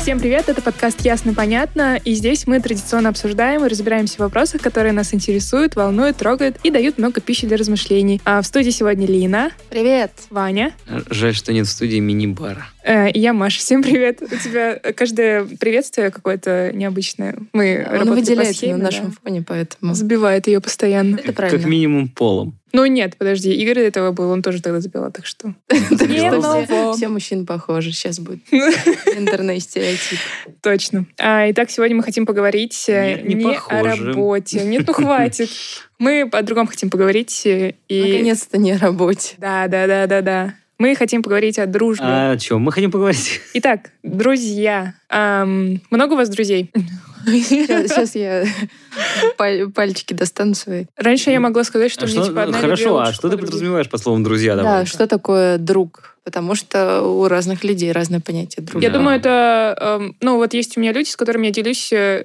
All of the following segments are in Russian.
Всем привет, это подкаст «Ясно, понятно», и здесь мы традиционно обсуждаем и разбираемся в вопросах, которые нас интересуют, волнуют, трогают и дают много пищи для размышлений. А в студии сегодня Лина. Привет. Ваня. Жаль, что нет в студии мини-бара. э, и я Маша. Всем привет. У тебя каждое приветствие какое-то необычное. Мы Он работали по выделяется схеме, на нашем да. фоне, поэтому... Забивает ее постоянно. Это Как правильно. минимум полом. Ну нет, подожди, Игорь до этого был, он тоже тогда забивал, так что... Так Не что все- ново. Все мужчины похожи. Сейчас будет гендерный стереотип. Точно. А, итак, сегодня мы хотим поговорить э, Нет, не не о похоже. работе. Нет, ну хватит. Мы о другом хотим поговорить. э, И... Наконец-то не о работе. Да, да, да, да, да. Мы хотим поговорить о дружбе. А о чем? Мы хотим поговорить. Итак, друзья. Ам, много у вас друзей? Сейчас я паль- пальчики достану свои. Раньше я могла сказать, что, А мне типа одна или две хорошо, а лучших что ты подруги. подразумеваешь под словом друзья? Да, давай? что такое друг? Потому что у разных людей разное понятие друга. Я Да. думаю, это... эм, ну, вот есть у меня люди, с которыми я делюсь э,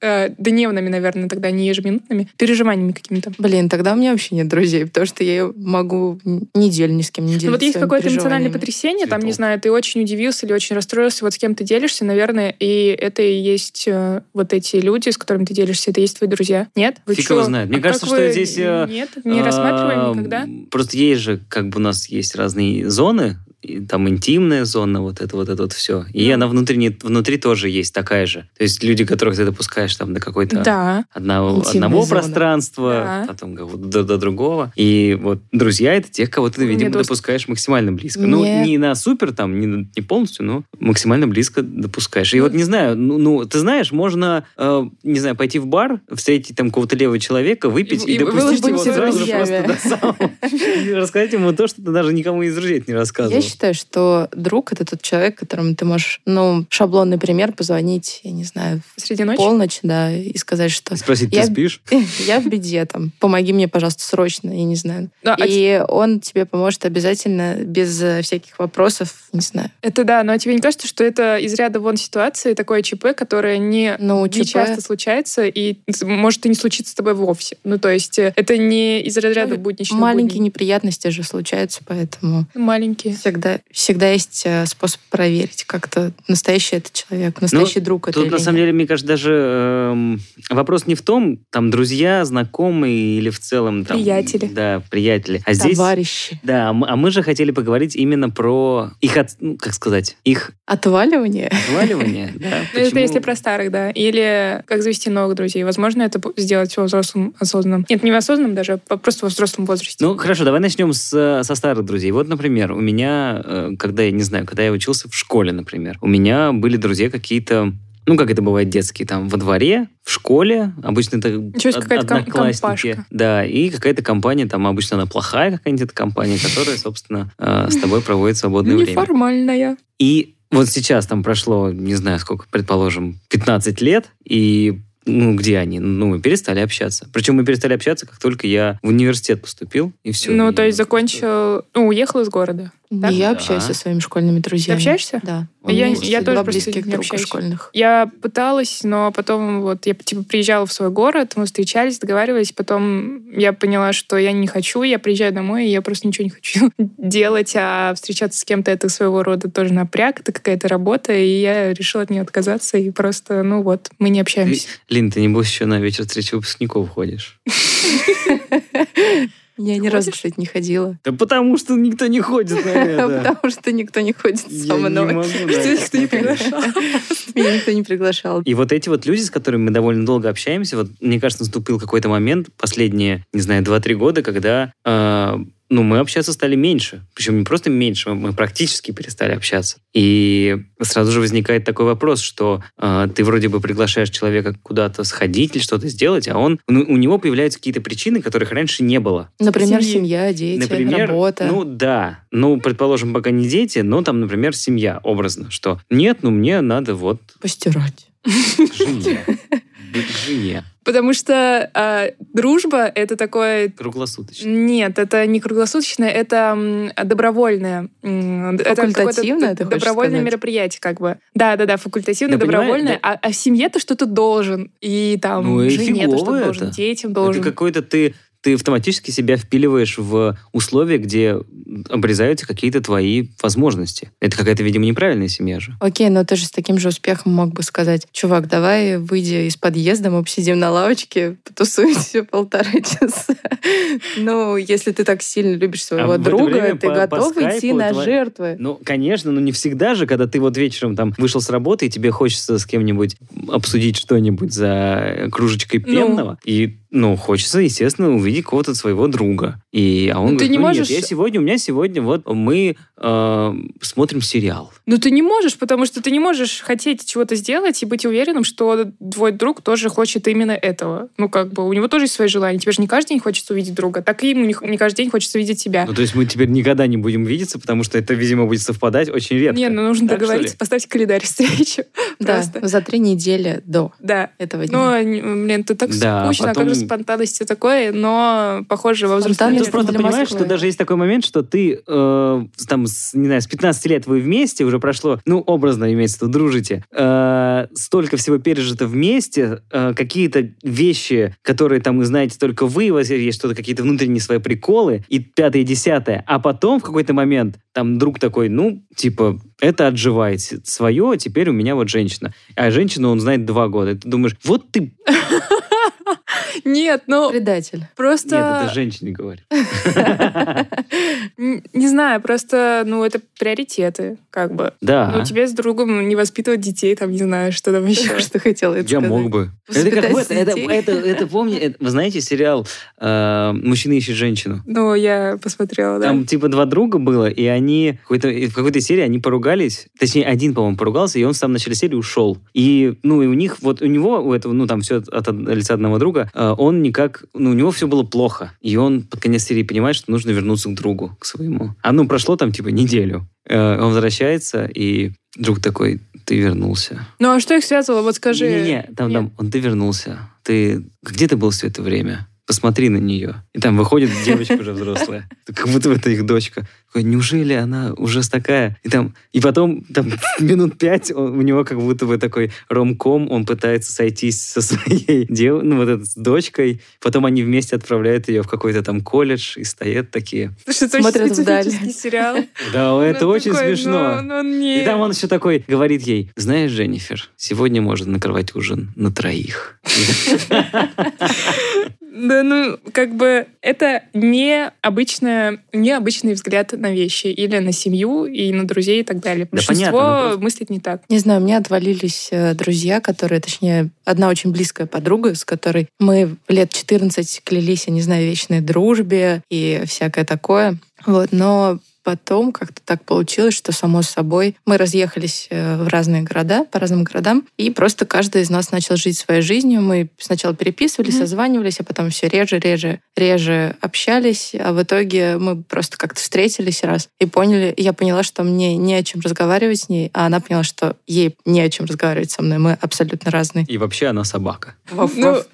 ежедневными, наверное, тогда не ежеминутными, переживаниями какими-то. Блин, тогда у меня вообще нет друзей, потому что я могу н- неделю ни с кем не делиться. Ну, вот есть своими какое-то эмоциональное переживаниями. потрясение, там, не Цветов. знаю, ты очень удивился или очень расстроился, вот с кем ты делишься, наверное, и это и есть э, вот эти люди, с которыми ты делишься, это и есть твои друзья. Нет? Вы Фиг чё? его знает. Мне А кажется, как что вы здесь, э, Нет, не рассматриваем А, никогда. Просто есть же, как бы у нас есть разные зоны, и там интимная зона, вот это вот это вот все. И Ну. она внутренне, внутри тоже есть такая же. То есть люди, которых ты допускаешь там до какой-то Да. одного, Интимная одного зона. пространства, Да. потом как будто до, до другого. И вот друзья это тех, кого ты, Мне видимо, тоже- допускаешь максимально близко. Ну, Мне- не на супер там, не, на- не полностью, но максимально близко допускаешь. И вот не знаю, ну, ну, ты знаешь, можно, э, не знаю, пойти в бар, встретить там какого-то левого человека, выпить И- и, и допустить выложить его все сразу же друзьями. просто до самого. И Рассказать ему то, что ты даже никому из друзей это не Я рассказывал. считаю, что друг — это тот человек, которому ты можешь, ну, шаблонный пример, позвонить, я не знаю, Среди ночи. полночь, да, и сказать, что Спросить, ты Я- спишь? я в беде, там, помоги мне, пожалуйста, срочно, я не знаю. Да, а те- И он тебе поможет обязательно, без э, всяких вопросов, не знаю. Это да, но тебе не кажется, что это из ряда вон ситуации, такое ЧП, которое не Ну, не ЧП, часто случается, и с- может и не случится с тобой вовсе. Ну, то есть э, это не из разряда Ну, будничных маленькие будней. неприятности же случаются, поэтому Маленькие. всегда, всегда есть э, способ проверить, как-то настоящий это человек, настоящий друг это Ну, Тут, или на нет. самом деле, мне кажется, даже эм, вопрос не в том, там, друзья, знакомые или в целом... Там, Приятели. Да, приятели. А здесь... Товарищи. Да, а мы- а мы же хотели поговорить именно про их, от- ну, как сказать, их Отваливание. отваливание. да, Ну, Это почему- если про старых, да. Или как завести новых друзей. Возможно, это бу- сделать во взрослом осознанном. Нет, не в осознанном даже, а просто во взрослом возрасте. Ну, хорошо, давай начнем с, э, со старых друзей. Вот, например, у меня, э, когда я, не знаю, когда я учился в школе, например, у меня были друзья какие-то, ну, как это бывает, детские, там, во дворе, в школе, обычно это Ничего себе, од- какая-то ком- одноклассники. компашка. Да, и какая-то компания, там, обычно она плохая какая-нибудь эта компания, которая, собственно, э, с тобой проводит свободное Ну, время. Неформальная. И вот сейчас там прошло, не знаю сколько, предположим, 15 лет, и ну, где они? Ну, мы перестали общаться. Причем мы перестали общаться, как только я в университет поступил, и все. Ну, то есть закончил... Ну, уехал из города. Да? Я Да. общаюсь со своими школьными друзьями. общаешься? Да. Я- У меня я есть тоже два просто близких не друга общаюсь. школьных. Я пыталась, но потом вот я типа приезжала в свой город, мы встречались, договаривались, потом я поняла, что я не хочу, я приезжаю домой, и я просто ничего не хочу делать, а встречаться с кем-то это своего рода тоже напряг, это какая-то работа, и я решила от нее отказаться, и просто, ну вот, мы не общаемся. Лин, ты небось еще на вечер встречи выпускников ходишь. Я ни разу, Ходишь? кстати, не ходила. Да потому что никто не ходит, наверное. Потому что никто не ходит Я со не мной. могу, да. Никто не приглашал. Меня никто не приглашал. И вот эти вот люди, с которыми мы довольно долго общаемся, вот мне кажется, наступил какой-то момент, последние, не знаю, 2-3 года, когда э, ну, мы общаться стали меньше. Причем не просто меньше, мы практически перестали общаться. И сразу же возникает такой вопрос, что э, ты вроде бы приглашаешь человека куда-то сходить или что-то сделать, а он, ну, у него появляются какие-то причины, которых раньше не было. Например, Семьи. семья, дети, работа. Ну да, ну предположим, пока не дети, но там, например, семья, образно, что нет, ну мне надо вот постирать. к жене. К жене. Потому что а, дружба — это такое... Круглосуточно. Нет, это не круглосуточное, это м, добровольное. М, это Факультативное, какое-то ты хочешь добровольное сказать? мероприятие, как бы. Да, да, да, факультативное, Да, понимаю, добровольное. А, а в семье ты что-то должен. И там Ну и жене ты что-то фигово должен, это. детям должен. Это какой-то ты, ты автоматически себя впиливаешь в условия, где обрезаются какие-то твои возможности. Это какая-то, видимо, неправильная семья же. Окей, но ты же с таким же успехом мог бы сказать, чувак, давай выйди из подъезда, мы посидим на лавочке, потусуемся полтора часа. Ну, если ты так сильно любишь своего А в это друга, время ты по- готов по идти скайпу на твоя- жертвы. Ну, конечно, но не всегда же, когда ты вот вечером там вышел с работы, и тебе хочется с кем-нибудь обсудить что-нибудь за кружечкой пенного. И, ну, хочется, естественно, увидеть кого-то своего друга. И, а Ну, он говорит, ты не ну, можешь- нет, я сегодня, у меня сегодня вот мы э, смотрим сериал. Ну, ты не можешь, потому что ты не можешь хотеть чего-то сделать и быть уверенным, что твой друг тоже хочет именно этого. Ну, как бы, у него тоже есть свои желания. Тебе же не каждый день хочется увидеть друга, так и ему не, не каждый день хочется видеть тебя. Ну, то есть мы теперь никогда не будем видеться, потому что это, видимо, будет совпадать очень редко. не, ну, нужно Так, что договориться, ли? поставить календарь встречи. Да, Просто. за три недели до Да. этого Ну, дня. н- блин, это так Да, скучно, а как потом- же спонтанность всё такое, но, похоже, во взрослом Спонтанность Ты мире тут Ну, просто для понимаешь, Москвы. что даже есть такой момент, что ты э, с- там, с, не знаю, с 15 лет вы вместе, уже прошло, ну, образно имеется, в виду, дружите. Э, столько всего пережито вместе, э, какие-то вещи, которые там, вы знаете, только вы, у вас есть что-то, какие-то внутренние свои приколы, и пятое, и десятое. А потом в какой-то момент там друг такой, ну, типа, это отживаете свое, а теперь у меня вот женщина. А женщину он знает два года. И ты думаешь, вот ты... Нет, а- ну, Предатель. просто... Нет, это женщине говорит. Н- Не знаю, просто, ну, это приоритеты, как бы. Да. Ну, тебе с другом не воспитывать детей, там, не знаю, что там еще. Только что хотела это Я сказать. мог бы. Это Воспитать как вот, это, детей. это, это помни, это- вы знаете сериал э, «Мужчина ищет женщину»? Ну, я посмотрела, да. Там типа два друга было, и они в какой-то, в какой-то серии они поругались, точнее один, по-моему, поругался, и он сам в начале серии ушел. И ну и у них вот у него у этого ну там все от, от лица одного друга, э, он никак, ну у него все было плохо, и он под конец серии понимает, что нужно вернуться к другу, к своему. А ну прошло там типа неделю, Э, он возвращается и друг такой, ты вернулся. Ну, а что их связывало? Вот скажи. Не-не-не, там, Нет. там, он, ты вернулся. Ты где ты был все это время? Посмотри на нее. И там выходит девочка уже взрослая. Как будто бы это их дочка. Такой, Неужели она ужас такая? И там, и потом, там, минут пять он- у него как будто бы такой ромком, он пытается сойтись со своей дев... ну, вот этой с дочкой. Потом они вместе отправляют ее в какой-то там колледж и стоят такие. Слушай, это очень Смотрят вдаль. специфический сериал. Да, это Ну, очень такой, смешно. Ну, ну, не. И там он еще такой говорит ей, знаешь, Дженнифер, сегодня можно накрывать ужин на троих. Да, ну, как бы это необычная, необычный взгляд на вещи или на семью, и на друзей и так далее. Большинство понятно, ну, просто- мыслит не так. Не знаю, у меня отвалились э, друзья, которые, точнее, одна очень близкая подруга, с которой мы лет 14 клялись, я не знаю, вечной дружбе и всякое такое. Вот, но потом как-то так получилось, что само собой мы разъехались э, в разные города, по разным городам, и просто каждый из нас начал жить своей жизнью. Мы сначала переписывались, Мгм. созванивались, а потом все реже, реже, реже общались, а в итоге мы просто как-то встретились раз и поняли, я поняла, что мне не о чем разговаривать с ней, а она поняла, что ей не о чем разговаривать со мной, мы абсолютно разные. И вообще она собака. Воф, Ну, воф.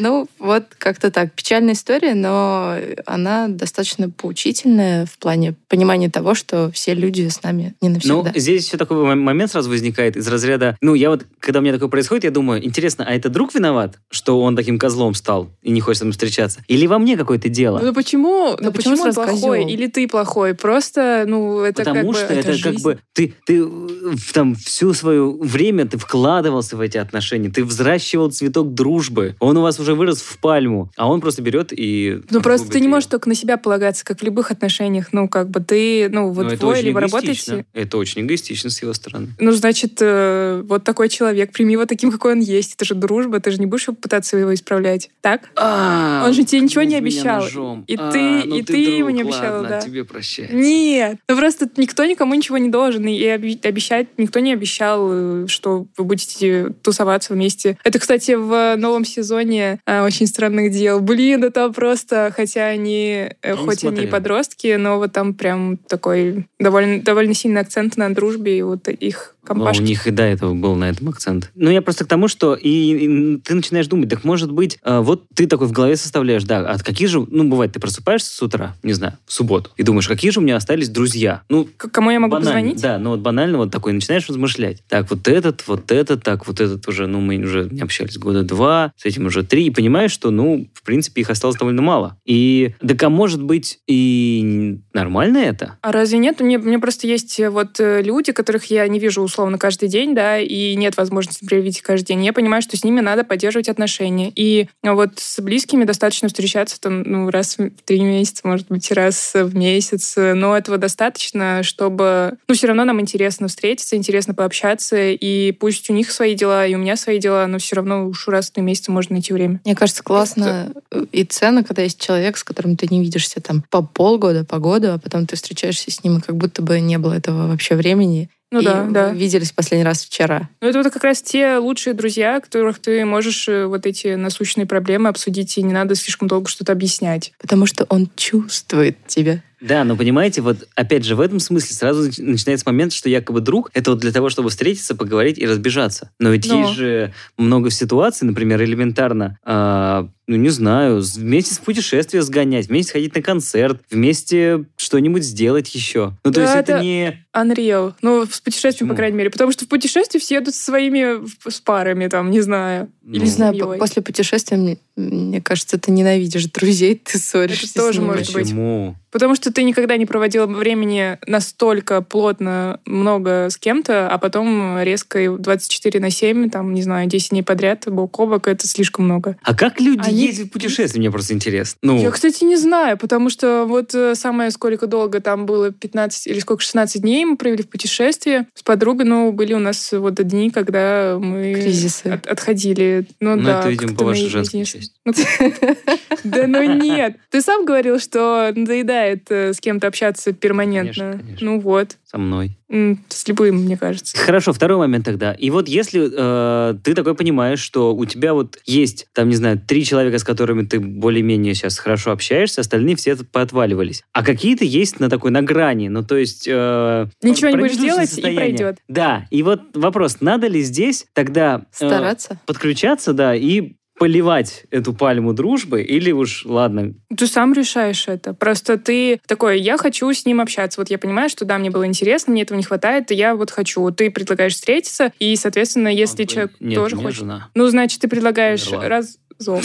Ну, вот как-то так. Печальная история, но она достаточно поучительная в плане понимания того, что все люди с нами не Ну, навсегда. здесь еще такой мом- момент сразу возникает из разряда... Ну, я вот, когда у меня такое происходит, я думаю, интересно, а это друг виноват, что он таким козлом стал и не хочет со мной встречаться? Или во мне какое-то дело? ну почему? Да ну почему почему, он сразу плохой? козёл? Или ты плохой? Просто, ну, это Ну, Потому как что бы... это, это как жизнь. бы ты, ты э, в- там всю свое время ты вкладывался в эти отношения, ты взращивал цветок дружбы, он у вас уже вырос в пальму, а он просто берет и... Ну просто ты губит не её. можешь только на себя полагаться, как в любых отношениях. Ну, как бы ты, ну, Но вот это вы очень либо эгоистично. работаете. Это очень эгоистично с его стороны. Ну, значит, э, вот такой человек, прими его таким, какой он есть. Это же дружба, ты же не будешь его пытаться его исправлять. Так? Он же тебе ничего не Пнул А, меня обещал. ножом. И А, ты- ну и ты ему друг, не обещала, ладно, да. тебе прощай. Нет. Ну просто никто никому ничего не должен. И оби- обещать никто не обещал, э, что вы будете тусоваться вместе. Это, кстати, в новом сезоне э, «Очень странных дел». Блин, это просто... Хотя они... э, Я не хоть они и смотрел. подростки, но вот там прям такой довольно, довольно сильный акцент на дружбе и вот их компашки. Ну, У них и до этого был на этом акцент. Ну, я просто к тому, что и, и ты начинаешь думать, так может быть, э, вот ты такой в голове составляешь, да, а какие же, ну, бывает, ты просыпаешься с утра, не знаю, в субботу, и думаешь, какие же у меня остались друзья? Ну, К кому я могу банально, позвонить? Да, ну вот банально вот такой начинаешь размышлять. Так, вот этот, вот этот, так, вот этот уже, ну, мы уже не общались года два, с этим уже три, и понимаешь, что, ну, в принципе, их осталось довольно мало. И, так, а может быть, и нормально это? А разве нет? Мне, мне просто есть э, вот э, люди, которых я не вижу условно каждый день, да, и нет возможности проявить их каждый день. Я понимаю, что с ними надо поддерживать отношения. И э, вот с близкими достаточно встречаться там ну, раз в три месяца, может быть, раз в месяц. э, Но этого достаточно, чтобы... Ну, все равно нам интересно встретиться, интересно пообщаться, и пусть у них свои дела, и у меня свои дела, но все равно уж раз в три месяца можно найти время. Мне кажется, классно э, и ценно, когда есть человек, с которым ты не видишься там по полгода, по году, а потом ты встречаешься с ним, и как будто бы не было этого вообще времени. Ну И да, вы да. Виделись последний раз вчера. Ну, это вот как раз те лучшие друзья, которых ты можешь э, вот эти насущные проблемы обсудить, и не надо слишком долго что-то объяснять. Потому что он чувствует тебя. Да, но понимаете, вот опять же в этом смысле сразу нач- начинается момент, что якобы друг это вот для того, чтобы встретиться, поговорить и разбежаться. Но ведь Но. есть же много ситуаций, например, элементарно, а, ну не знаю, с- вместе в путешествие сгонять, вместе ходить на концерт, вместе что-нибудь сделать еще. Ну то Да, есть это да. не... Unreal. Ну, с путешествием, Почему? по крайней мере. Потому что в путешествии все едут со своими в- с парами, там, не знаю. Или Ну. Не с знаю, по- семьей. после путешествия, мне, мне кажется, ты ненавидишь друзей, ты ссоришься с тоже ними. может быть. Почему? Потому что ты никогда не проводила времени настолько плотно, много с кем-то, а потом резко и 24 на 7, там, не знаю, 10 дней подряд, бок о бок, это слишком много. А как люди Они- ездят в путешествие? Мне просто интересно. Ну, Я, кстати, не знаю, потому что вот э, самое сколько долго там было, 15 или сколько, 16 дней мы провели в путешествии с подругой, но были у нас вот дни, когда мы Кризисы. от- отходили. Ну, ну, да, это, видимо, как-то по вашей наедине женской с- части. Да ну нет! Ты сам говорил, что надоедает э, с кем-то общаться перманентно. Конечно, конечно. Ну вот. Со мной. М, С любым, мне кажется. Хорошо, второй момент тогда. И вот если э, ты такой понимаешь, что у тебя вот есть, там, не знаю, три человека, с которыми ты более-менее сейчас хорошо общаешься, остальные все тут поотваливались. А какие-то есть на такой, на грани, ну, то есть... э, Ничего не будешь промежуточное делать, и состояние. пройдет. Да, и вот вопрос, надо ли здесь тогда э, Стараться. подключаться, да, и поливать эту пальму дружбы, или уж, ладно, Ты сам решаешь это. Просто ты такой, я хочу с ним общаться. Вот я понимаю, что да, мне было интересно, мне этого не хватает, и я вот хочу. Ты предлагаешь встретиться, и, соответственно, если он бы- человек нет, тоже у меня хочет... жена. Ну, значит, ты предлагаешь Умерла. разок.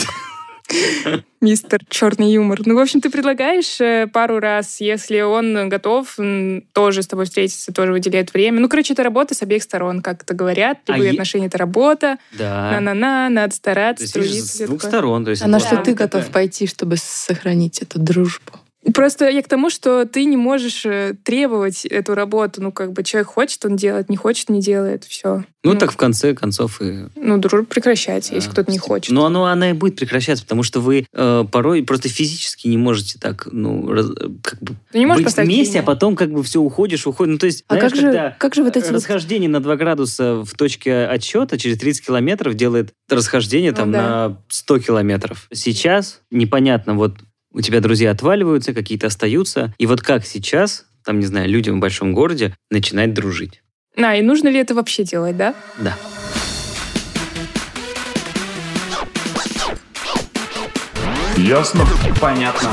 Мистер черный юмор. Ну, в общем, ты предлагаешь э, пару раз, если он готов м, тоже с тобой встретиться, тоже выделяет время. Ну, короче, это работа с обеих сторон, как это говорят. А Любые е- отношения — это работа. Да. На-на-на, надо То стараться, есть, видишь, трудиться. с всё двух такое. сторон. То есть А на это что вот ты такая- Ну, готов пойти, чтобы сохранить эту дружбу? Просто я к тому, что ты не можешь э, требовать эту работу. Ну, как бы человек хочет, он делает, не хочет, не делает. Все. Ну, так в конце концов и Ну, дружба прекращается, если Да. кто-то не хочет. Ну, оно, она и будет прекращаться, потому что вы э, порой просто физически не можете так, ну, раз- э, как бы Ты не можешь быть поставить вместе, а линию. потом как бы все уходишь, уходишь. Ну, то есть, А знаешь, как же, когда как же вот эти вот расхождение на 2 градуса в точке отсчета через 30 километров делает расхождение Ну там да. на 100 километров. Сейчас непонятно, вот у тебя друзья отваливаются, какие-то остаются, и вот как сейчас, там, не знаю, людям в большом городе начинать дружить? На, А, и нужно ли это вообще делать, да? Да. Ясно? Понятно.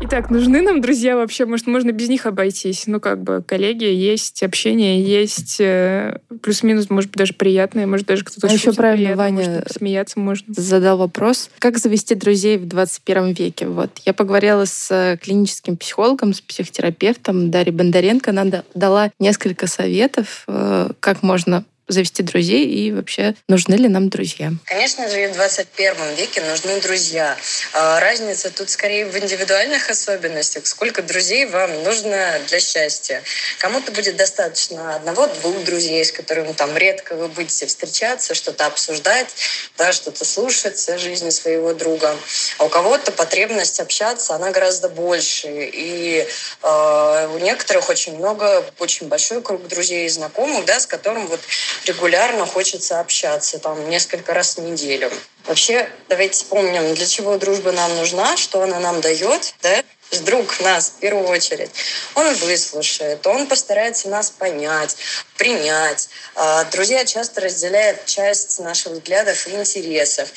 Итак, нужны нам друзья вообще? Может, можно без них обойтись? Ну, как бы, коллеги есть, общение есть, э, плюс-минус, может быть, даже приятное, может, даже кто-то А еще шутит правильно, приятно, Ваня- может, смеяться можно. задал вопрос, как завести друзей в 21 веке. Вот. Я поговорила с э, клиническим психологом, с психотерапевтом Дарьей Бондаренко. Она да- дала несколько советов, э, как можно завести друзей и вообще нужны ли нам друзья. Конечно же, и в 21 веке нужны друзья. А Разница тут скорее в индивидуальных особенностях, сколько друзей вам нужно для счастья. Кому-то будет достаточно одного-двух друзей, с которыми там редко вы будете встречаться, что-то обсуждать, да, что-то слушать о жизни своего друга. А у кого-то потребность общаться, она гораздо больше. И э, у некоторых очень много, очень большой круг друзей и знакомых, да, с которым вот регулярно хочется общаться, там, несколько раз в неделю. Вообще, давайте вспомним, для чего дружба нам нужна, что она нам дает, да, друг нас в первую очередь. Он выслушает, он постарается нас понять, принять. А Друзья часто разделяют часть наших взглядов и интересов.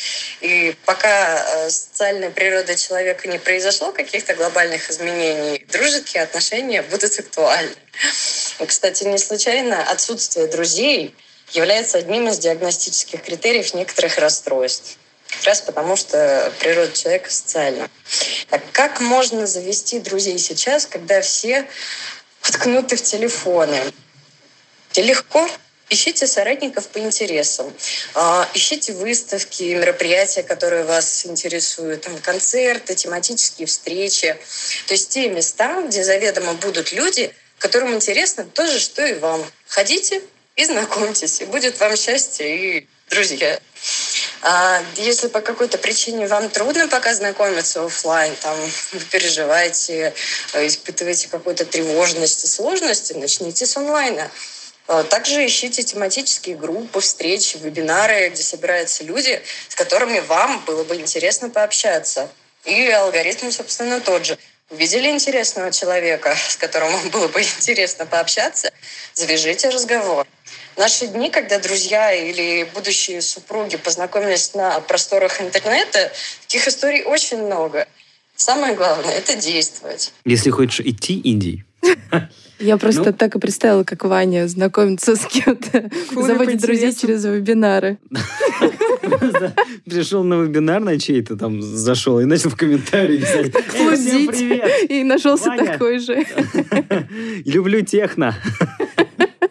И пока э, социальная природа человека не произошло каких-то глобальных изменений, дружеские отношения будут актуальны. И, Кстати, не случайно отсутствие друзей является одним из диагностических критериев некоторых расстройств. Как раз потому, что природа человека социальна. Так как можно завести друзей сейчас, когда все уткнуты в телефоны? И легко. Ищите соратников по интересам. А, Ищите выставки, мероприятия, которые вас интересуют, там, концерты, тематические встречи. То есть те места, где заведомо будут люди, которым интересно то же, что и вам. Ходите и знакомьтесь, и будет вам счастье и друзья. А если по какой-то причине вам трудно пока знакомиться офлайн, там вы переживаете, э, испытываете какую-то тревожность и сложности, начните с онлайна. Э, Также ищите тематические группы, встречи, вебинары, где собираются люди, с которыми вам было бы интересно пообщаться. И алгоритм, собственно, тот же. Увидели интересного человека, с которым вам было бы интересно пообщаться, завяжите разговор. В наши дни, когда друзья или будущие супруги познакомились на просторах интернета, таких историй очень много. Самое главное — это действовать. Если хочешь идти, иди. Я просто Ну. так и представила, как Ваня знакомится с кем-то, Клубе заводит по друзей интересам. через вебинары. Просто Пришел на вебинар на чей-то там зашел и начал в комментарии писать. «Эй, всем Лудить. привет! И нашелся Ваня. такой же. Люблю техно.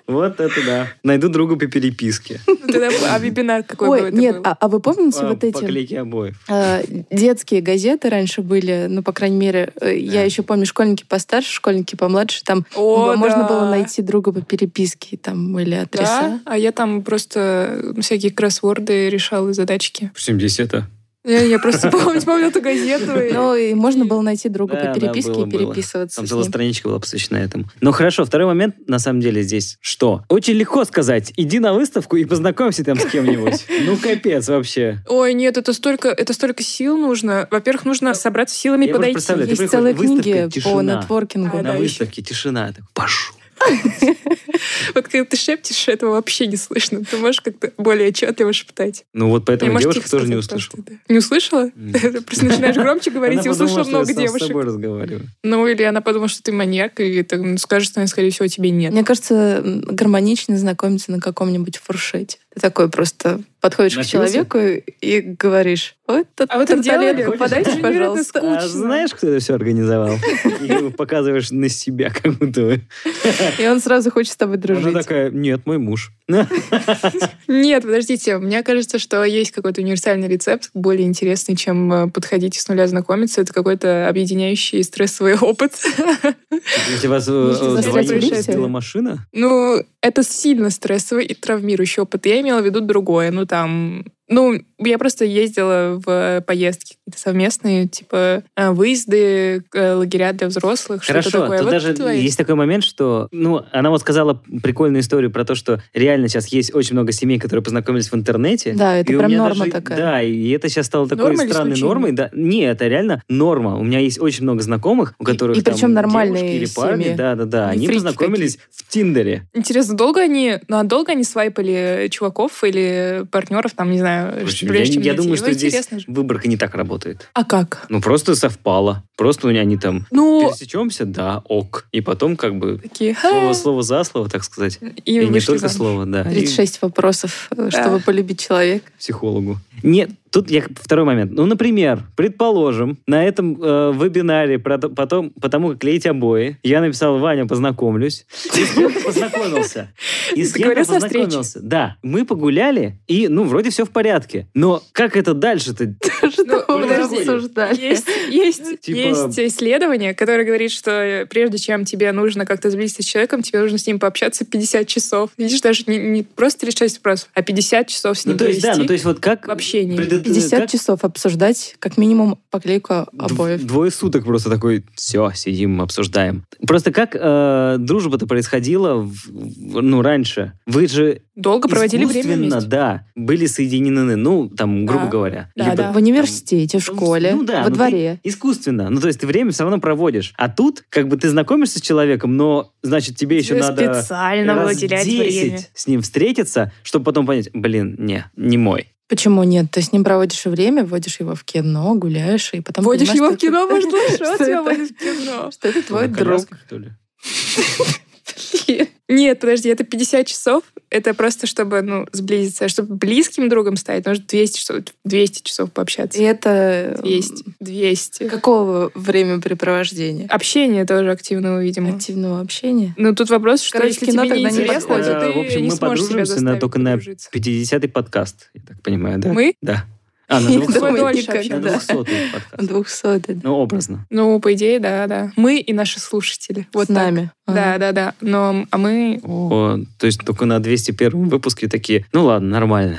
Вот это да. Найду друга по переписке. Ну, тогда, а вебинар какой был? Ой, Это нет, был? а, а вы помните По вот эти... поклейке обоев. Э, детские газеты раньше были, ну, по крайней мере, э, я Да. еще помню, школьники постарше, школьники помладше, там О, м- можно да. было найти друга по переписке, там, или Да, адреса. а я там просто всякие кроссворды решала задачки. Почему здесь это? Я, я просто помню, помню эту газету. и- Ну, и можно было найти друга Да, по да, переписке было, и было. переписываться Там с целая ним. страничка была посвящена этому. Но хорошо, второй момент, на самом деле, здесь что? Очень легко сказать, иди на выставку и познакомься там с кем-нибудь. Ну, капец вообще. Ой, нет, это столько, это столько сил нужно. Во-первых, нужно собраться силами и Я просто подойти. представляю, ты Есть приходишь, целые выставка, книги по тишина. нетворкингу. А, На да, выставке тишина. так, Пошел. Вот когда ты шепчешь, этого вообще не слышно. Ты можешь как-то более отчетливо шептать. Ну вот Я, поэтому может, девушка тихо тоже не сказать услышала. просто, да. Не услышала? Нет. Ты просто начинаешь громче говорить и Она подумала, услышала что я много сам с девушек. собой разговариваю. Ну, или она подумала, что ты маньяк, и так, ну, скажешь, что, скорее всего, тебе нет. Мне кажется, м, гармонично знакомиться на каком-нибудь фуршете. Ты такой просто подходишь Напился? к человеку и говоришь, вот тут А вы так делали? тарелку подайте, Очень невероятно пожалуйста. скучно. А знаешь, кто это все организовал? И показываешь на себя, как будто бы. И он сразу хочет с тобой дружить. Она такая, нет, мой муж. Нет, подождите, мне кажется, что есть какой-то универсальный рецепт, более интересный, чем э, подходить и с нуля знакомиться. Это какой-то объединяющий стрессовый опыт. Если вас э, Ничего себе вдвоем происшествие. сбила машина, Ну, это сильно стрессовый и травмирующий опыт. Я имела в виду другое. Ну, там... Ну, я просто ездила в поездки какие-то совместные, типа э, выезды, э, лагеря для взрослых, что-то Хорошо, такое. тут Вот даже твои- есть такой момент, что, ну, она вот сказала прикольную историю про то, что реально сейчас есть очень много семей, которые познакомились в интернете. Да, это И у прям меня норма даже- такая. Да, и это сейчас стало такой Норма или странной исключение? нормой. Да, не, это реально норма. У меня есть очень много знакомых, у которых и там причем нормальные девушки или парни, семьи. да, да, да, Не они фрики познакомились в Тиндере. Интересно, долго они, ну, а долго они свайпали чуваков или партнеров, там, не знаю, В общем, прежде чем я, я найти? думаю, Ну, что здесь интересно же. выборка не так работает. А как? Ну просто совпало, просто у меня они там Ну, пересечемся, да, ок, и потом как бы такие... «Ха!» слово слово за слово, так сказать. И, И, не вышли только замуж. слово, да. и- 36 вопросов, э, Да. чтобы полюбить человека. психологу. Нет, тут я второй момент. Ну, например, предположим, на этом э, вебинаре про то- потом, потому как клеить обои, я написал Ваня, познакомлюсь. И с кем-то познакомился. И с кем-то Договорился о встрече. познакомился. Да, мы погуляли, и, ну, вроде все в порядке. Но как это дальше-то? Что ну, вы подожди. обсуждали? Есть, есть, Типа- есть исследование, которое говорит, что э, прежде чем тебе нужно как-то сблизиться с человеком, тебе нужно с ним пообщаться 50 часов. Видишь, даже не, не просто 36 вопросов, а 50 часов с ним Ну, то есть, да, провести. ну, то есть вот как в общении. предо- это 50 как Э, часов обсуждать как минимум поклейку обоев. Дв- Двое суток просто такой, все, сидим, обсуждаем. Просто как э, дружба-то происходила, в- в- ну, раньше? Вы же Долго проводили время искусственно, вместе. да, были соединены, ну, там, грубо Да. говоря. Да, Либо да. В университете, в школе, Ну да, во ну ты дворе. Искусственно. Ну, то есть ты время все равно проводишь. А тут, как бы ты знакомишься с человеком, но, значит, тебе еще Тебе надо специально было раз терять 10 время. с ним встретиться, чтобы потом понять, блин, не, не мой. Почему нет? Ты с ним проводишь время, водишь его в кино, гуляешь, и потом Водишь его понимаешь, в кино, может, лучше, Что он тебя это? водит в кино. что это твой На друг. колясках, что ли? Нет, подожди, это 50 часов. Это просто, чтобы, ну, сблизиться. А чтобы близким другом стать, нужно 200 часов, 200 часов И пообщаться. это... м, 200. 200. Какого времяпрепровождения? Общение тоже активного, видимо. Активного общения? Ну, тут вопрос, что Короче, если кино тебе не тогда не интересно, то подходит. ты Э, в общем, не сможешь мы себя подружимся на- заставить только на подружиться. 50-й подкаст, я так понимаю, да? Мы? Да. А, на 200-й. думаю, дольше На никогда. 200-й подкаст. 200 да. Ну, образно. Ну, по идее, да, да. Мы и наши слушатели. Вот С нами. так. Да, А. да, да. Но а мы... О, то есть только на 201 выпуске такие, ну ладно, нормально.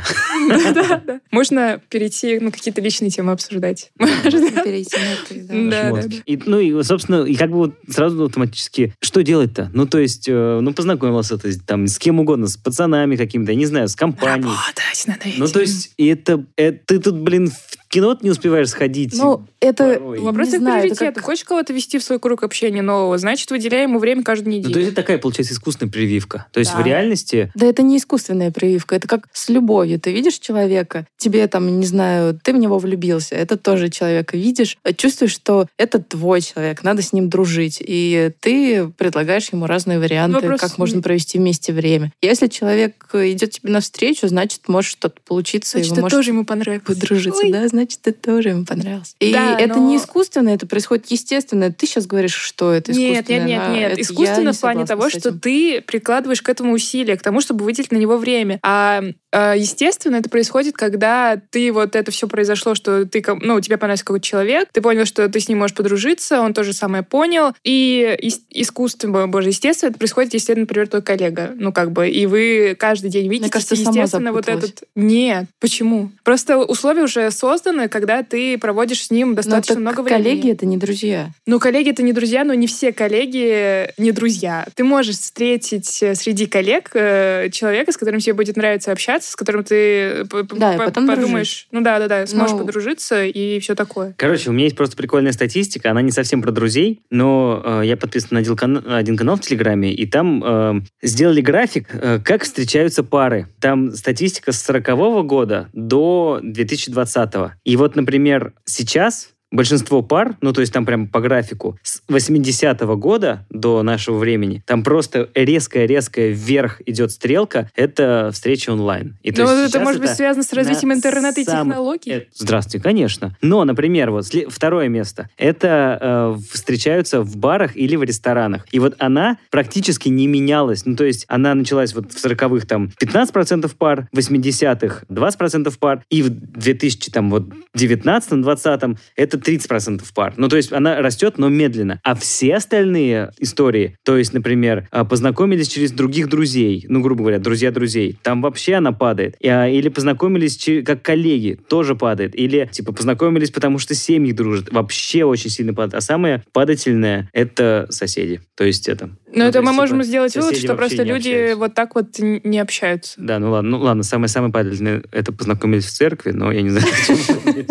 Можно перейти, ну, какие-то личные темы обсуждать. Можно перейти на ты, да. Да, да, Шмотки. И, ну и, собственно, и как бы вот сразу автоматически, что делать-то? Ну, то есть, э, ну, познакомился ты там с кем угодно, с пацанами какими-то, я не знаю, с компанией. Работать надо Ну, то есть, и это, э, ты тут, блин, в кино не успеешь сходить. Ну, это... порой. не Вопрос их знаю, это приоритета. как- Хочешь кого-то вести в свой круг общения нового, значит, выделяй ему время каждую Ну, то есть неделю. это такая, получается, искусственная прививка. То есть Да. в реальности... Да это не искусственная прививка, это как с любовью. Ты видишь человека, тебе там, не знаю, ты в него влюбился, это тоже человека видишь, а чувствуешь, что это твой человек, надо с ним дружить, и ты предлагаешь ему разные варианты, Вопрос- как можно провести вместе время. Если человек э, идет тебе навстречу, значит, может что-то получиться, и Значит, вы это можете тоже ему понравилось. подружиться, Ой. да, значит, ты тоже ему понравился. И Да, это но- не искусственно, это происходит естественно. Ты сейчас говоришь, что это искусственно. Нет, нет, нет, а нет. это я Искусственно не в плане согласна того, с что этим. ты прикладываешь к этому усилия, к тому, чтобы выделить на него время. А э, естественно, это происходит, когда ты вот это все произошло, что ты, ком- ну, тебе понравился какой-то человек, ты понял, что ты с ним можешь подружиться, он тоже самое понял. И ис- искусственно, боже, естественно, это происходит, если, например, твой коллега. Ну, как бы, и вы каждый день видите, кажется, сама естественно, вот запуталась. этот... Нет, почему? Просто условия уже созданы, когда ты проводишь с ним Но достаточно Ну, так много времени. коллеги это не друзья. Ну, коллеги это не друзья, но не все коллеги не друзья. Ты можешь встретить э, среди коллег э, человека, с которым тебе будет нравиться общаться, с которым ты э, п- п- Да, и п- потом подумаешь. Ну да, да, да, сможешь Ну. подружиться и все такое. Короче, у меня есть просто прикольная статистика, она не совсем про друзей, но э, я подписан на один, кан- на один канал в Телеграме, и там э, сделали график, э, как встречаются пары. Там статистика с 40 года до 2020. И вот, например, сейчас большинство пар, ну, то есть там прям по графику, с 80-го года до нашего времени, там просто резкая-резкая вверх идет стрелка, это встречи онлайн. И, то Но есть Ну, это сейчас может быть это- связано с развитием на интернета и самом- технологий. Э, Здравствуйте, конечно. Но, например, вот сле- второе место. Это э, встречаются в барах или в ресторанах. И вот она практически не менялась. Ну, то есть она началась вот в 40-х там 15% пар, в 80-х 20% пар, и в 2000 там вот 19-20 это 30% пар. Ну, то есть она растет, но медленно. А все остальные истории, то есть, например, а, познакомились через других друзей, ну, грубо говоря, друзья друзей, там вообще она падает. И, а, Или познакомились че- как коллеги, тоже падает. Или, типа, познакомились, потому что семьи дружат, вообще очень сильно падает. А самое падательное — это соседи. То есть это... Но ну, то это мы есть, можем типа, сделать вывод, соседи что вообще просто не люди общаются. вот так вот н- не общаются. Да, ну ладно, ну ладно, самое-самое падательное — это познакомились в церкви, но я не знаю, почему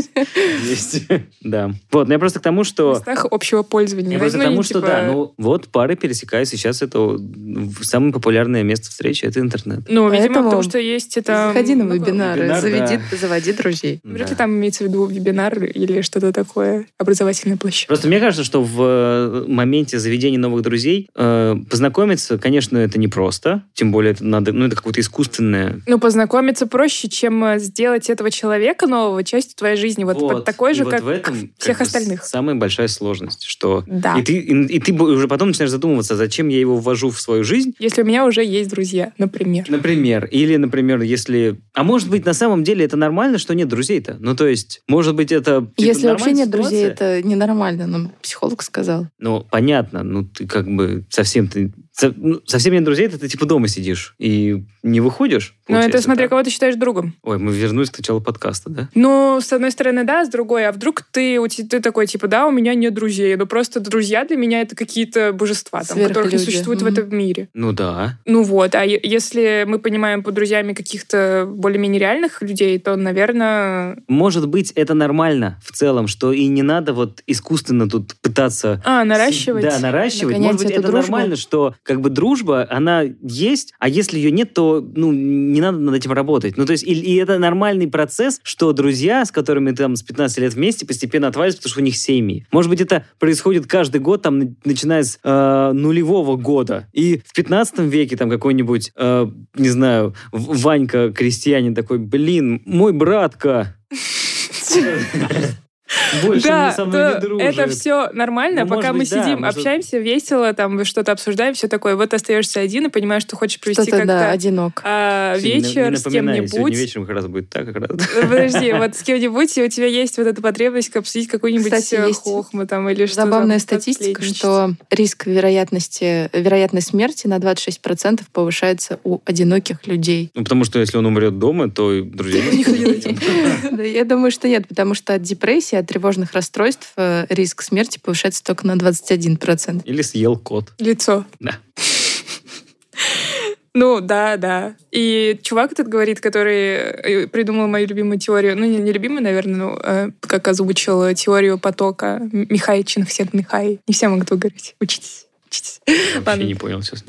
есть. Да. Вот, но я просто к тому, В что... местах общего пользования. Я Ну, просто не к тому, что типа- да, ну вот пары пересекаются, сейчас это в- самое популярное место встречи, это интернет. Ну, видимо, потому Поэтому что есть это... Заходи на много- вебинары, вебинар, заведи, заводи друзей. Вряд Да. ли там имеется в виду вебинар или что-то такое, образовательная площадка. Просто мне кажется, что в э, моменте заведения новых друзей э, познакомиться, конечно, это непросто, тем более это надо, ну это какое-то искусственное. Ну, познакомиться проще, чем э, сделать этого человека нового частью твоей жизни. Вот, под такой и же, вот как в этом, как всех бы, остальных. Самая большая сложность, что Да. и ты и, и ты бо- уже потом начинаешь задумываться, зачем я его ввожу в свою жизнь, Если у меня уже есть друзья, например. Например, или, например, если... А может быть, на самом деле это нормально, что нет друзей-то? Ну, то есть, может быть, это... типа, Если вообще нормальная нет друзей, ситуация? это ненормально, нам психолог сказал. Ну, понятно, ну, ты как бы совсем ты... со- ну, совсем нет друзей, это ты типа дома сидишь и не выходишь. Но это получается, смотря да? кого ты считаешь другом. Ой, мы вернулись к началу подкаста, да? Ну, с одной стороны, да, с другой, а вдруг ты, у те- ты такой, типа, да, у меня нет друзей, но просто друзья для меня это какие-то божества, там, которых не Сверхлюди. существует в Мгм. этом мире. Ну да. Ну вот, а е- если мы понимаем под друзьями каких-то более-менее реальных людей, то, наверное... Может быть, это нормально в целом, что и не надо вот искусственно тут пытаться А, наращивать? Да, наращивать. Нагонять Может быть, эту это дружбу. нормально, что как бы дружба, она есть, а если ее нет, то ну, не надо над этим работать. Ну, то есть, и, и это нормальный процесс, что друзья, с которыми там с 15 лет вместе, постепенно отвалятся, потому что у них семьи. Может быть, это происходит каждый год, там, на- начиная с э, нулевого года. И в 15 веке там какой-нибудь, э, не знаю, В- Ванька крестьянин такой, блин, мой братка. Больше Да, мне со мной да, не дружит. это все нормально, Ну, пока может мы быть, да, сидим, может- общаемся весело, там что-то обсуждаем, все такое. Вот ты остаешься один и понимаешь, что хочешь провести Кто-то, как-то да, одинок. а, Сегодня не- вечер не с напоминай, Сегодня кем-нибудь. вечером как раз будет так, как раз. Подожди, вот с кем-нибудь, и у тебя есть вот эта потребность обсудить какую-нибудь Кстати, э, есть хохму там или что Забавная там, статистика, посплетничать. что риск вероятности, вероятность смерти на 26% повышается у одиноких людей. Ну, потому что если он умрет дома, то и друзей никто не найдет. Да, я думаю, что нет, потому что от депрессии, от тревожных расстройств э, риск смерти повышается только на 21%. Или съел кот. Лицо. Да. Ну, да, да. И чувак этот говорит, который э, придумал мою любимую теорию, ну, не, не любимую, наверное, но э, как озвучил э, теорию потока М- Михай Чингсет Михай. Не все могут говорить. Учитесь, учитесь. Я Ладно. Вообще не понял сейчас.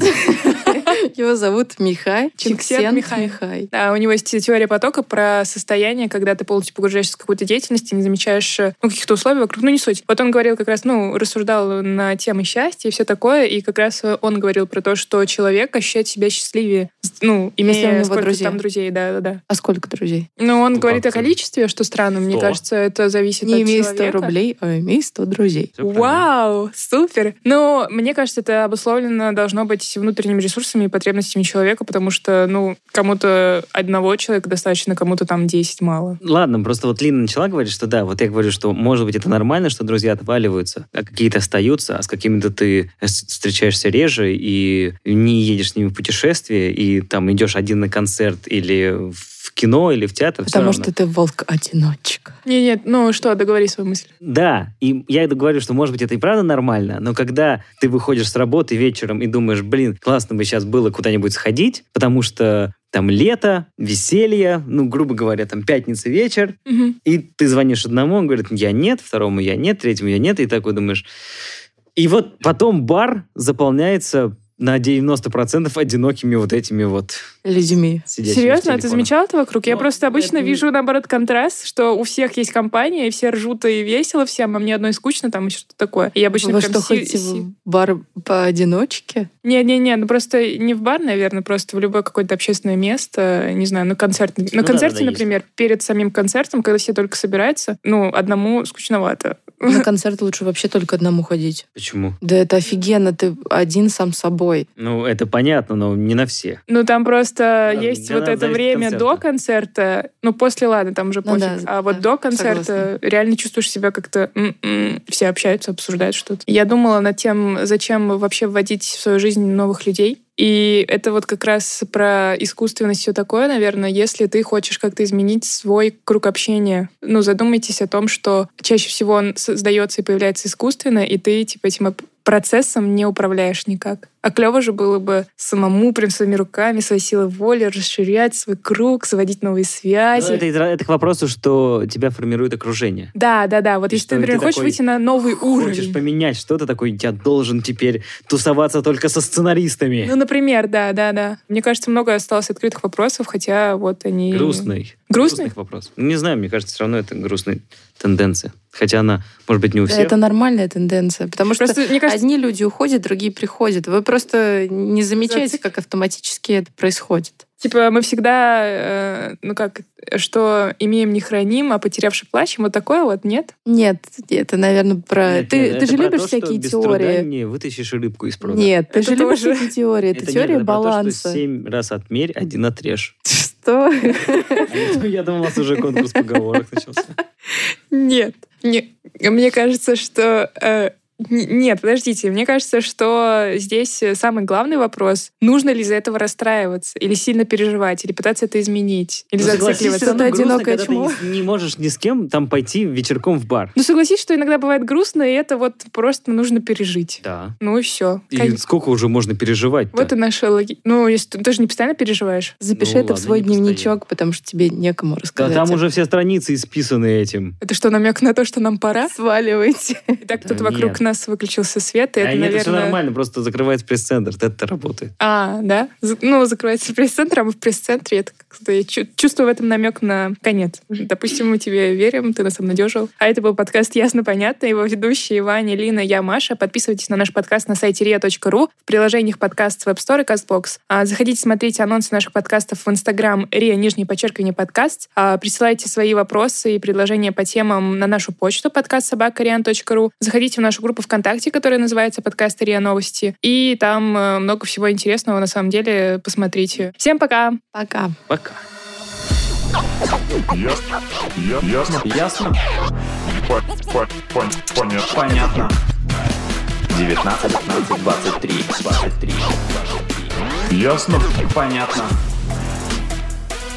Его зовут Михай Чиксент Чиксент Михай. Михай. А у него есть теория потока про состояние, когда ты полностью погружаешься в какую-то деятельность и не замечаешь э, ну, каких-то условий вокруг. Ну, не суть. Вот он говорил как раз, ну, рассуждал на темы счастья и все такое, и как раз э, он говорил про то, что человек ощущает себя счастливее, с- ну, имея Если у него сколько друзей. там друзей, да-да-да. А сколько друзей? Но он Ну, говорит о как-то количестве, что странно, мне сто. кажется, это зависит Не от имей 100 человека. рублей, а имей 100 друзей. Всё правильно. Вау, супер! Но мне кажется, это обусловлено должно быть внутренними ресурсами и потребностями человека, потому что, ну, кому-то одного человека достаточно, кому-то там 10 мало. Ладно, просто вот Лина начала говорить, что да, вот я говорю, что может быть это нормально, что друзья отваливаются, а какие-то остаются, а с какими-то ты с- встречаешься реже и не едешь с ними в путешествие, и там идешь один на концерт или в кино, или в театр. всё Потому равно. что ты волк-одиночка. Не, нет, ну что, договори свою мысль. Да, и я это говорю, что, может быть, это и правда нормально, но когда ты выходишь с работы вечером и думаешь, блин, классно бы сейчас было куда-нибудь сходить, потому что там лето, веселье, ну, грубо говоря, там пятница вечер, Мгм. и ты звонишь одному, он говорит, я нет, второму я нет, третьему я нет, и такой думаешь... И вот потом бар заполняется на 90% одинокими вот этими вот Людьми. сидящими в Серьезно, а ты телефонах. замечал это вокруг? Я Ну, просто обычно это- вижу, наоборот, контраст, что у всех есть компания, и все ржут и весело всем, а мне одной скучно там и что-то такое. И я обычно Вы прям что, си- ходите си- в бар поодиночке? Не-не-не, ну просто не в бар, наверное, просто в любое какое-то общественное место, не знаю, на концерт. На Ну да, концерте, да, есть. например, перед самим концертом, когда все только собираются, ну, одному скучновато. На концерт лучше вообще только одному ходить. Почему? Да это офигенно, ты один сам собой. Ну, это понятно, но не на все. Ну, там просто Да, есть да, вот да, это зависит от время концерта. до концерта, ну, после, ладно, там уже Ну пофиг, да, а вот да, до концерта согласна. реально чувствуешь себя как-то... м-м, все общаются, обсуждают что-то. Я думала над тем, зачем вообще вводить в свою жизнь новых людей. И это вот как раз про искусственность все такое, наверное, если ты хочешь как-то изменить свой круг общения. Ну, задумайтесь о том, что чаще всего он создается и появляется искусственно, и ты типа этим оп- процессом не управляешь никак. А клево же было бы самому прям своими руками, своей силой воли расширять свой круг, заводить новые Ну, связи. это, это к вопросу, что тебя формирует окружение. Да, да, да. Вот И если что ты, например, ты хочешь такой выйти на новый Хочешь уровень. поменять что-то такое, я должен теперь тусоваться только со сценаристами. Ну, например, да, да, да. Мне кажется, много осталось открытых вопросов, хотя вот они... Грустный. Грустный? Грустных вопросов. Ну, Не знаю, мне кажется, все равно это грустная тенденция. Хотя она, может быть, не у Да, всех. это нормальная тенденция, потому что Просто, мне кажется, одни люди уходят, другие приходят. Вы просто не замечаете, Зацик- как автоматически это происходит. Типа мы всегда, э, ну как, что имеем не храним, а потерявший плачем, вот такое вот, нет? Нет, это, наверное, про... Нет, ты нет, ты ну, это же про любишь то, что всякие без труда теории. не вытащишь рыбку из пруда. Нет, ты Это же любишь тоже. всякие теории. Это, нет, теория это про то, что баланса. семь раз отмерь, один отрежь. Что? Я думал, у вас уже конкурс поговорок начался. Нет. Мне, мне кажется, что э, Нет, подождите. Мне кажется, что здесь самый главный вопрос, нужно ли из-за этого расстраиваться или сильно переживать, или пытаться это изменить, или Ну, согласись, зацикливаться. все равно Это грустно, одинокое когда чмо. ты не не можешь ни с кем там пойти вечерком в бар. Ну, согласись, что иногда бывает грустно, и это вот просто нужно пережить. Да. Ну и все. И сколько уже можно переживать Вот и наша логи... Ну, если ты тоже не постоянно переживаешь. Запиши Ну это в ладно, свой не постоянно. дневничок, потому что тебе некому Да рассказать. там об- уже все страницы исписаны этим. Это что, намек на то, что нам пора? сваливайте. И так Да тут вокруг нет. нас выключился свет, и а это, нет, это все наверное... нормально, просто закрывается пресс-центр, это работает. А, да? З- Ну, закрывается пресс-центр, а мы в пресс-центре. Это как-то я чу- чувствую в этом намек на конец. Допустим, мы тебе верим, ты нас обнадежил. А это был подкаст «Ясно, понятно». Его ведущие Ваня, Лина, я, Маша. Подписывайтесь на наш подкаст на сайте ria.ru, в приложениях подкаст с Web Store и CastBox. А, заходите, смотрите анонсы наших подкастов в Instagram ria, нижнее подчеркивание подкаст. А, присылайте свои вопросы и предложения по темам на нашу почту подкаст ру. Заходите в нашу группу ВКонтакте, которая называется подкаст РИА Новости. И там э, много всего интересного, на самом деле, посмотрите. Всем пока! Пока. Пока. Ясно. Я- Ясно. Ясно? По- по- пон- Понятно. Понятно. 19, 19, 23, 23. Ясно. Понятно.